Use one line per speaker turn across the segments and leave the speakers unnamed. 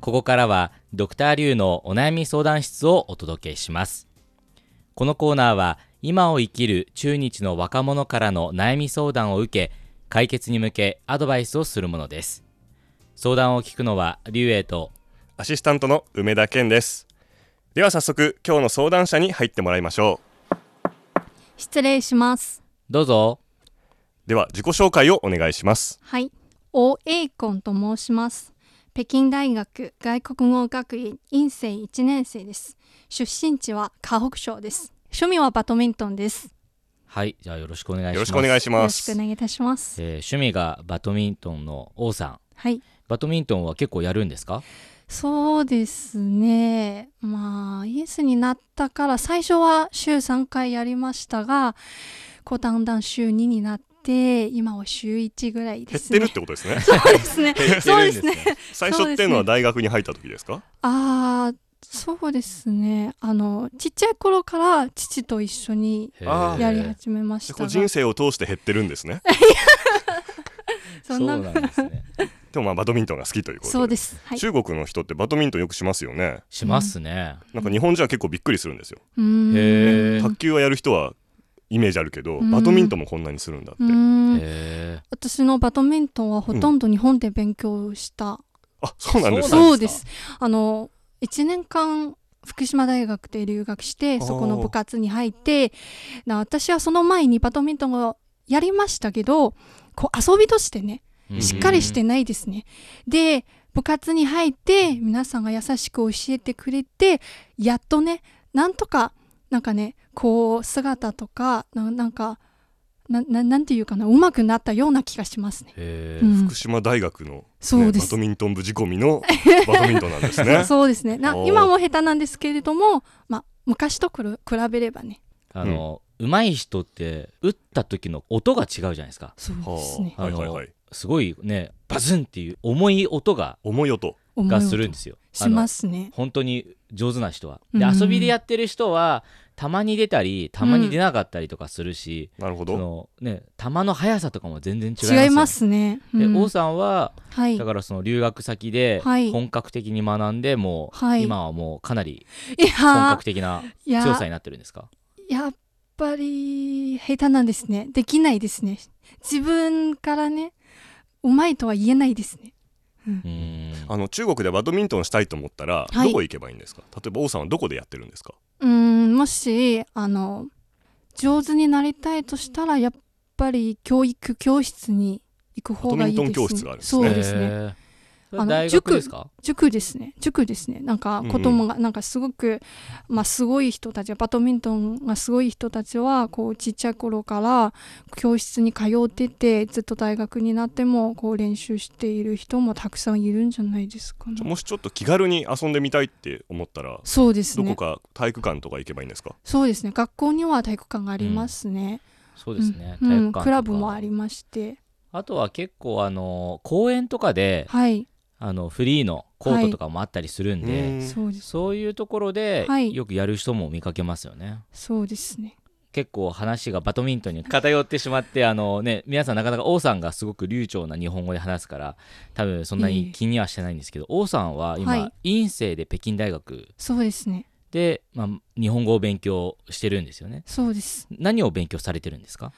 ここからはドクターリュウのお悩み相談室をお届けしますこのコーナーは今を生きる中日の若者からの悩み相談を受け解決に向けアドバイスをするものです相談を聞くのはリュウエイと
アシスタントの梅田健ですでは早速今日の相談者に入ってもらいましょ
失礼します。
どうぞ
うでは自己紹介をお願いします
はい、王栄根と申します。北京大学外国語学院院生1年生です。出身地は河北省です。趣味はバドミントンです。
はいじゃあよろしくお願いします
よろしくお願いし
よろ
ま
しくお
す
願いいたします。
えー趣味がバドミントンの王さん
はい、
バドミントンは結構やるんですか
そうですね。まあ、イエスになったから最初は週3回やりましたが、こうだんだん週2になって、今は週1ぐらいで
減っ
す
て
ね。
るってことですね
そうですね。 そうですね。
最初っていうのは大学に入った時ですか
ああそうですねあのちっちゃい頃から父と一緒に
あー
やり始めま
で
した
こう
が
人生を通して減ってるんですね
そ
そ
ん
う
な
なんですね
でもまあバドミントンが好きということで
そうですはい
中国の人ってバドミントンよくしますよね
しますね、
なんか日本人は結構びっくりするんですよ
うーん
へー
卓球はやる人はイメージあるけど
うん
バドミントンもこんなにするんだって
うーん
へ
私のバドミントンはほとんど日本で勉強した、
あそうなんです
そう
ね
そうですあの1年間福島大学で留学して
ー
そこの部活に入ってな私はその前にバドミントンをやりましたけどこう遊びとしてね
ー
しっかりしてないですね。で、部活に入って、皆さんが優しく教えてくれて、やっとね、なんとか、なんかね、こう、姿とか、ななんかなな、なんていうかな、うまくなったような気がしますね。
へ
う
ー
ん
福島大学の、ね、
そうで
バ
す
ド。ミントン部仕込みのバドミントンなんですね
そうですね。な
おー
今も下手なんですけれども、まあ、昔とくる比べればね。
あの、上手い人って打った時の音が違うじゃないですか
そうです
は
ね。
あ、はいはいはい
すごいねバズンっていう重い音が
重い音
思い
が
を
するんですよ
しますね
あの。本当に上手な人はで
うん
遊びでやってる人はたまに出たりたまに出なかったりとかするし、
なるほ
そ
ど
のね球の速さとかも全然違いますよね
違いますね。
で
うん
王さんは
はい
だ。からその留学先で
はい
本格的に学んでもう
はい
今はもうかなり
い
本
や
格的ない
や
強さになってるんですか
やっぱり下手なんですね。できないですね。自分からね、うまいとは言えないですね。
うーん
あの中国でバドミントンしたいと思ったら、
はい
どこ行けばいいんですか例えば王さんはどこでやってるんですか
うーん、もし、あの、上手になりたいとしたら、やっぱり教育教室に行く方がい
バ
いです、ね。
ドミントン教室があるんです
そ
ね
うです
へ
ね。
ーそれ
あの
大学ですか
塾ですね。塾ですね。なんか
うんうん
子供が、なんかすごく、まあすごい人たち、バドミントンがすごい人たちは、こうちっちゃい頃から教室に通ってて、ずっと大学になっても、こう練習している人もたくさんいるんじゃないですか
じゃあ
ね。
もしちょっと気軽に遊んでみたいって思ったら、
そうです
どこ
ね。
か体育館とか行けばいいんですか
そうですね。学校には体育館がありますね。
そうですね、
うん
体
うん
育館とか
クラブもありまして。
あとは結構あの公園とかで
はい。
あのフリーのコートとかもあったりするんで、
うん
そうです。
そういうところで
はい
よくやる人も見かけますよね、
そうですね。
結構話がバドミントンに偏ってしまってあのね皆さんなかなか王さんがすごく流暢な日本語で話すから多分そんなに気にはしてないんですけど、王さんは今、
はい
院生で北京大学
そうですね。
で、まあ、日本語を勉強してるんですよね
そうです。
何を勉強されてるんですか、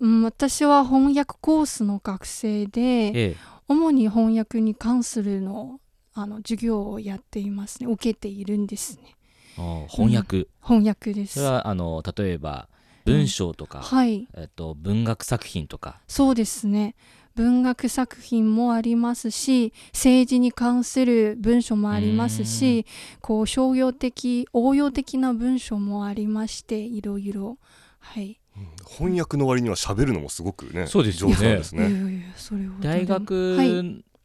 うん、私は翻訳コースの学生で、
ええ、
主に翻訳に関するのあの授業をやっていますね受けているんですね
ああ翻訳、
翻訳で
そ
す
れはあの例えば文章とか、
はい
えっと、文学作品とか
そうですね文学作品もありますし政治に関する文書もありますしこう商業的応用的な文書もありましていろいろはい、
翻訳の割には喋るのもすごくね
そうですよ
上
ね
手なんです
いやい
ね
やいやそれはどうでも
大学
は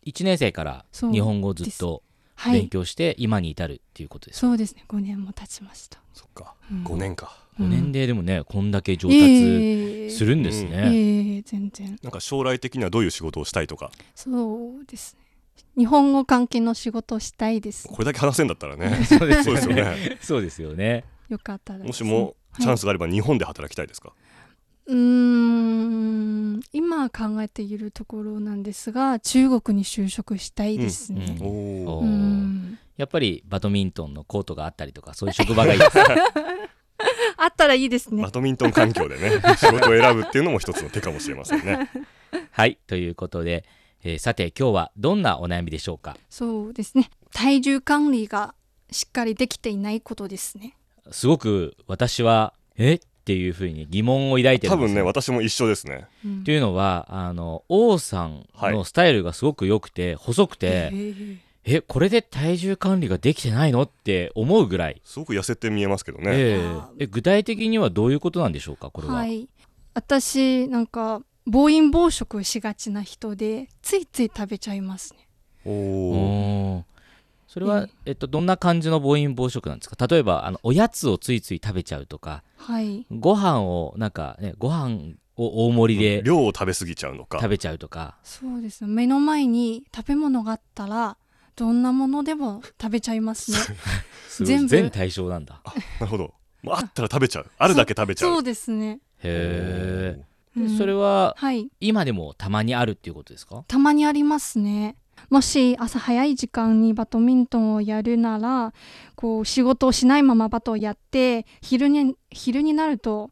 い、
1年生から
そう
日本語をずっと
は
勉
い、
強して今に至るっていうことです、
そうですね5年も経ちました、
そっか
うん
5年か、
五年ででもねこんだけ上
いえ
達
いえいえ
するんです
いえ
ね、
いえ全然
なんか将来的にはどういう仕事をしたいとか
そうですね。日本語関係の仕事をしたいです。
これだけ話せんだったらね
そうで
そうですよね
そうですよね
よかったらですね、
もしもチャンスがあれば日本で働きたいですか、
うーん、今今考えているところなんですが中国に就職したいですね。
うん
お
お
お
ー
うん
やっぱりバドミントンのコートがあったりとかそういう職場がいい ですね
あったらいいですね
バ。ドミントン環境でね仕事を選ぶっていうのも一つの手かもしれませんね
はいということで、えーさて今日はどんなお悩みでしょうか
そうですね。体重管理がしっかりできていないことですね。
すごく私はえっていうふうに疑問を抱いてる
多
んです
分ね
よ
私も一緒ですね
うん
というのはあの王さんのスタイルがすごく良くて、細くて、
へー
えこれで体重管理ができてないのって思うぐらい、
すごく痩せて見えますけどね、
ええ
あー
え具体的にはどういうことなんでしょうかこれは、
はい。私なんか暴飲暴食しがちな人でついつい食べちゃいますね。
おお
おーそれは、
うん
えっと、どんな感じの暴飲暴食なんですか例えばあのおやつをついつい食べちゃうとか
はい。
ご飯をなんかねご飯を大盛りで
量を食べ過ぎちゃうのか
食べちゃうとか、
そうですね。目の前に食べ物があったらどんなものでも食べちゃいます ね。
すごい
全部
全対象なんだ
なるほどまああったら食べちゃうあるだけ食べちゃう
そうですね。
へえ、
うん
それは
はい。
今でもたまにあるっていうことですか
たまにありますね。もし朝早い時間にバドミントンをやるならこう仕事をしないままバドをやって昼に昼になると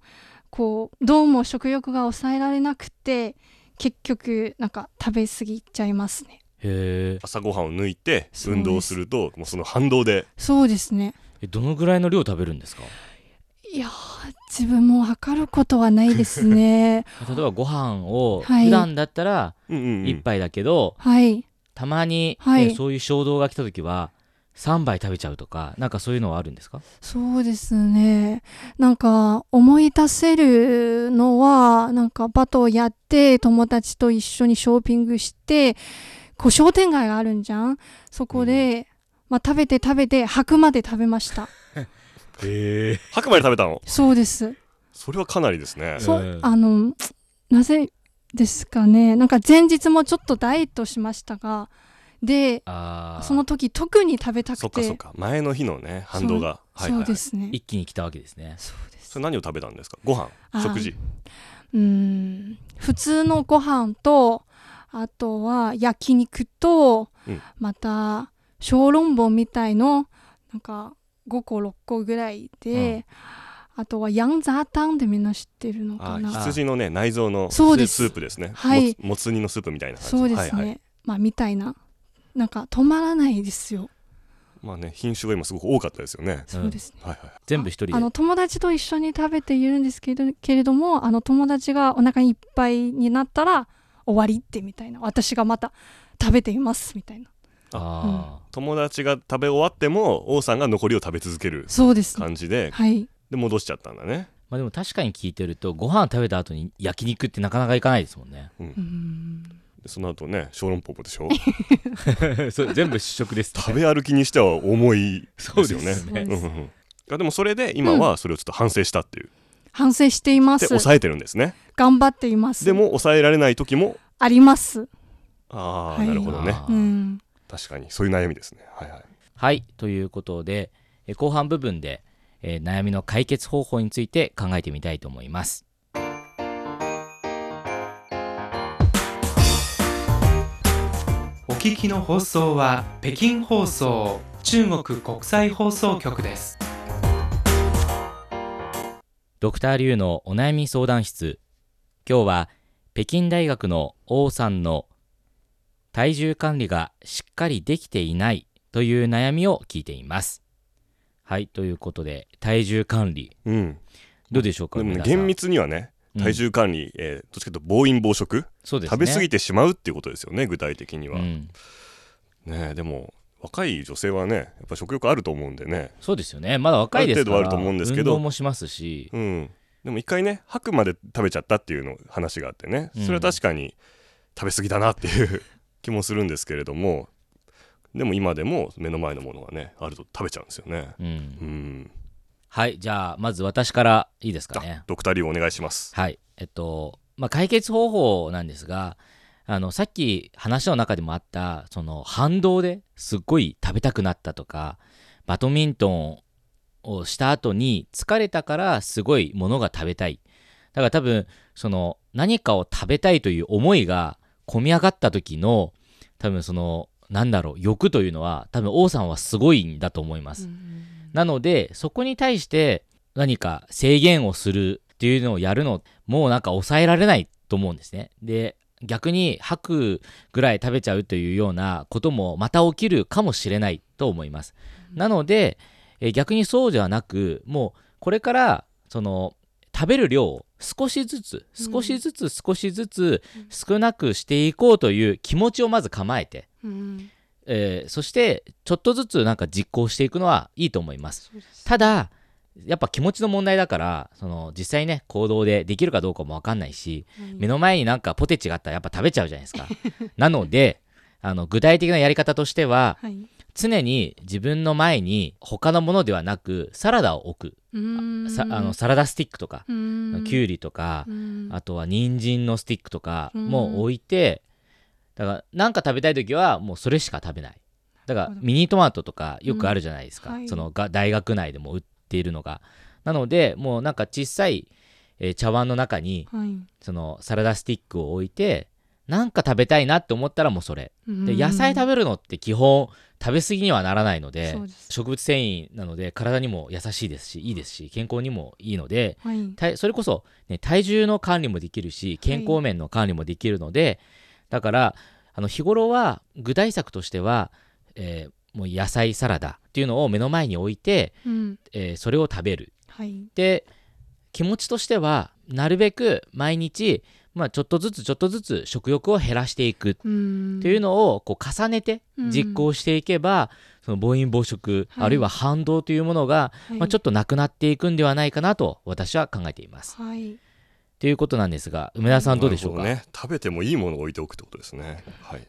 こうどうも食欲が抑えられなくて結局なんか食べ過ぎちゃいます ね。
へ
朝ごはんを抜いて
そうです
運動するともうその反動で
そうですね。
えどのぐらいの量食べるんですか
いやー自分も測ることはないですね。
例えばご飯を
はい
普段だったら
うんうんうん
1杯だけど、
はい。
たまに、
はい
ねそういう衝動が来た時は3杯食べちゃうとかなんかそういうのはあるんですか
そうですね。なんか思い出せるのは、なんかバトをやって友達と一緒にショッピングして、こう商店街があるんじゃんそこで、まあ食べて食べて、吐くまで食べました。
へえ白米で食べたの
そうです。
それはかなりですね
ん
そ
ええ
う、あの、なぜですかね。なんか前日もちょっとダイエットしましたが、で、
あー
その時特に食べた
そ
く
っか
て、
そっか前の日のね反動がはい
そ
は
う
いは
で
い
すね。
一気に来たわけですね
そうです
それ何を食べたんですかご飯
あー
食事
うーん普通のご飯とあとは焼肉と、
うん
また小籠包みたいのなんか5個6個ぐらいで、あとはヤンザータンでみんな知ってるの
あ
か
ー
な
あ
羊のね内臓のス
そうです
ープですね
はい
ももつ煮のスープみたいな感じ
そうですね、
はいはい
まあみたいななんか止まらないですよ、
まあね品種が今すごく多かったですよね
そうですね
はいはい
全部一人で
あの友達と一緒に食べているんですけどけれどもあの友達がお腹いっぱいになったら終わりってみたいな私がまた食べていますみたいな
あ
友達が食べ終わっても王さんが残りを食べ続ける
そうですね
感じで
はい
で戻しちゃったんだね
ー、まあ、でも確かに聞いてるとご飯食べた後に焼肉ってなかなかいかないですもんね
うん
でその後ね小籠包でしょ
そう全部主食です
食べ歩きにしては重いですよね
そうです
うん
ね
うんうんあでもそれで今はそれをちょっと反省したっていう、
反省していま
です抑えてるんですね
頑張っています
でも抑えられない時も
あります
ああ、
はい
なるほどね
あー
うん
確かにそういう悩みですねはいはい
はいということでえー後半部分で、えー悩みの解決方法について考えてみたいと思います
お聞きの放送は北京放送中国国際放送局です。
ドクターリュウのお悩み相談室今日は北京大学の王さんの体重管理がしっかりできていないという悩みを聞いていますはいということで体重管理
うん
どうでしょうか
でも、
梅
ね、
田さん
厳密にはね
うん
体重管理、えーどっちかというと暴飲暴食、
そうです
食
ね
べ過ぎてしまうっていうことですよね具体的には、
うん
ねえでも若い女性はねやっぱ食欲あると思うんでね
そうですよねまだ若いですから
ある程度はあると思うんですけど
運動もしますし
うんでも一回ね吐くまで食べちゃったっていうの話があってね
うん
それは確かに食べ過ぎだなっていう気もするんですけれどもでも今でも目の前のものがねあると食べちゃうんですよね
うん、
うん
はいじゃあまず私からいいですかね
あドクターリーお願いします
はい。えっと、まあ、解決方法なんですが、あの、さっき話の中でもあった、その反動ですっごい食べたくなったとか、バドミントンをした後に疲れたからすごいものが食べたい。だから多分その何かを食べたいという思いが込み上がった時の多分そのなんだろう欲というのは多分王さんはすごいんだと思います。なのでそこに対して何か制限をするっていうのをやるのもうなんか抑えられないと思うんですね。で逆に吐くぐらい食べちゃうというようなこともまた起きるかもしれないと思います。なのでえー逆にそうではなくもうこれからその食べる量を少しずつ
うん
少しずつ少しずつ
うん
少なくしていこうという気持ちをまず構えて、
うん
えーそしてちょっとずつなんか実行していくのはいいと思います。
そうです
ただやっぱ気持ちの問題だからその実際ね行動でできるかどうかも分かんないし
うん
目の前になんかポテチがあったらやっぱ食べちゃうじゃないですか なのであの具体的なやり方としては
はい
常に自分の前に他のものではなくサラダを置くさあのサラダスティックとかきゅうりとか
あ
あとは人参のスティックとか
うん
もう置いてだから何か食べたい時はもうそれしか食べないだか
な
ら
るほど
ミニトマトとかよくあるじゃないですか、
うんはい
そのが大学内でも売っているのがなのでもうなんか小さい、えー茶碗の中に
はい
そのサラダスティックを置いてなんか食べたいなって思ったらもうそれで
で
野菜食べるのって基本食べ過ぎにはならないので
そうです
植物繊維なので体にも優しいですしいいですし健康にもいいので
はい
体それこそ、ね、体重の管理もできるし健康面の管理もできるので、だからあの日頃は具体策としては、えーもう野菜サラダっていうのを目の前に置いて、
うん
えーそれを食べる
はい
で気持ちとしてはなるべく毎日、まあ、ちょっとずつちょっとずつ食欲を減らしていくっ
うん
ていうのをこう重ねて実行していけば、その暴飲暴食、
はい
あるいは反動というものが、まあ、ちょっ
と
となくなっていくんではないかなと私は考えています。
はい
ということなんですが梅田さんどうでしょうか、
なるほどね、食べてもいいものを置いておくってことですね、はい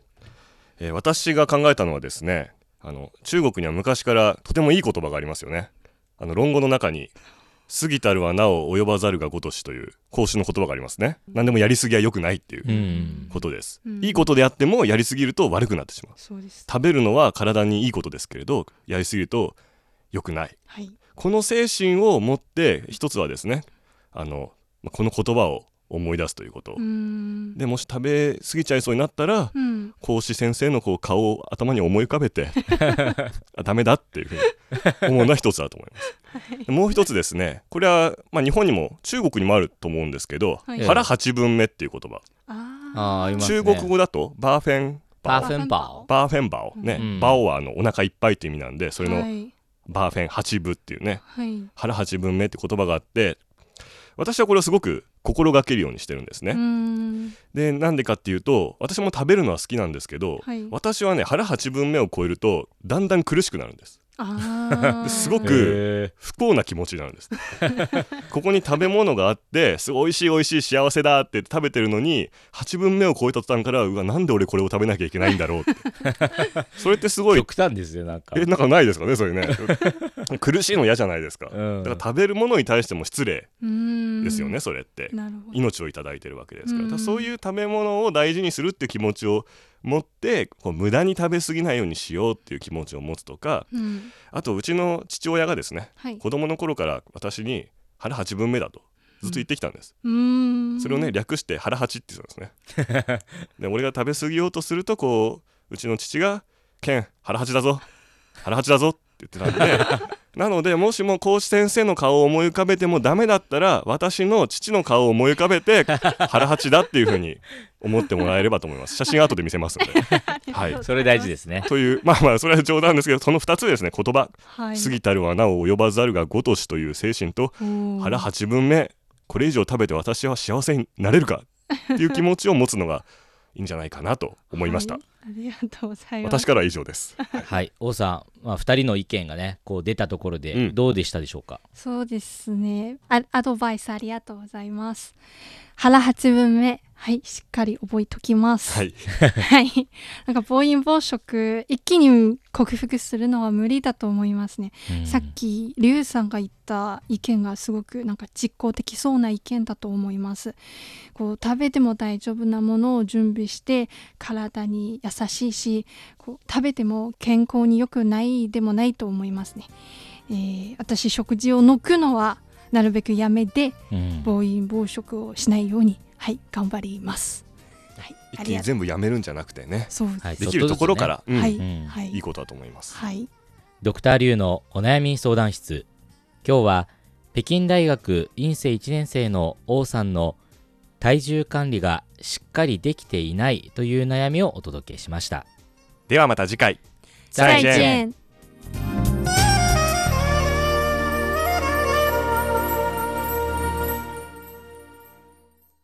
えー私が考えたのはですねあの中国には昔からとてもいい言葉がありますよねあの論語の中に「過ぎたるはなお及ばざるが如し」という孔子の言葉がありますね何でもやりすぎは良くないっていううんことです、
うん
いいことであってもやりすぎると悪くなってしまう
そうです
食べるのは体にいいことですけれどやりすぎると良くない
はい
この精神を持って一つはですねあのまあこの言葉を思い出すということ、
うん
でもし食べ過ぎちゃいそうになったら
うん
講師先生のこう顔を頭に思い浮か べてあダメだっていうふうに思うのは一つだと思います、でもう一つですねこれは、まあ、日本にも中国にもあると思うんですけど、
はい
腹八分目っていう言葉、
あーあ
あ
りますね
中国語だとバーフェン
パ
バ
ー
オ
フェンバ
バーフェンバオね、
うん
バオはあのお腹いっぱいって意味なんでそ
そ
れの
はい
バーフェン八分っていうね
はい
腹八分目って言葉があって私はこれをすごく心がけるようにしてるんですね、
うん
でなんでかっていうと私も食べるのは好きなんですけど、
はい
私はね腹8分目を超えるとだんだん苦しくなるんです
あ
で
あ
すご
ー
く不幸な気持ちになるんですここに食べ物があってすごい美味しい美味しい幸せだって食べてるのに8分目を超えた途端からうわなんで俺これを食べなきゃいけないんだろうってそれってすごい
極端ですよなんか
えなんかないですかねそれね苦しいの嫌じゃないですか、
うん
だから食べるものに対しても失礼
うん
ですよね、それって
なるほど
命をいただいてるわけですから,、
うん
そういう食べ物を大事にするっていう気持ちを持ってこう無駄に食べ過ぎないようにしようっていう気持ちを持つとか
うん
あとうちの父親がですね
はい
子供の頃から私に「腹八分目だ」とずっと言ってきたんです、
うん
それを ね略して「腹八」って言うんですねで俺が食べ過ぎようとするとこううちの父が「ケン腹八だぞ腹八だぞ」って言ってたん でなのでもしも講師先生の顔を思い浮かべてもダメだったら私の父の顔を思い浮かべて腹八だっていうふうに思ってもらえればと思います写真後で見せます のではい
それ大事ですね
というまあまあそれは冗談ですけどその2つですね言葉
はい
過ぎたるはなお及ばざるがごとしという精神と腹
腹
八分目これ以上食べて私は幸せになれるかっていう気持ちを持つのがいいんじゃないかなと思いました、
ありがとうございます
私からは以上です
はい王さん、まあ、2人の意見がねこう出たところで
うん
どうでしたでしょうか、
そうですねあアドバイスありがとうございます腹八分目はいしっかり覚えときます
はい
はいなんか暴飲暴食一気に克服するのは無理だと思いますね、
うん
さっきリュウさんが言った意見がすごくなんか実行できそうな意見だと思いますこう食べても大丈夫なものを準備して体に優しいしこう食べても健康に良くないでもないと思いますね、えー私食事を抜くのはなるべくやめて
うん
暴飲暴食をしないようにはい頑張ります。はい、
一
あ
気
り
に
がとう。
全部やめるんじゃなくてね
そうです、
はい
できるところから、うん、
はいい、
うん
はい、
いことだと思います、
はい、
ドクターリュウのお悩み相談室今日は北京大学院生1年生の王さんの体重管理がしっかりできていないという悩みをお届けしました
ではまた次回
再
见
见。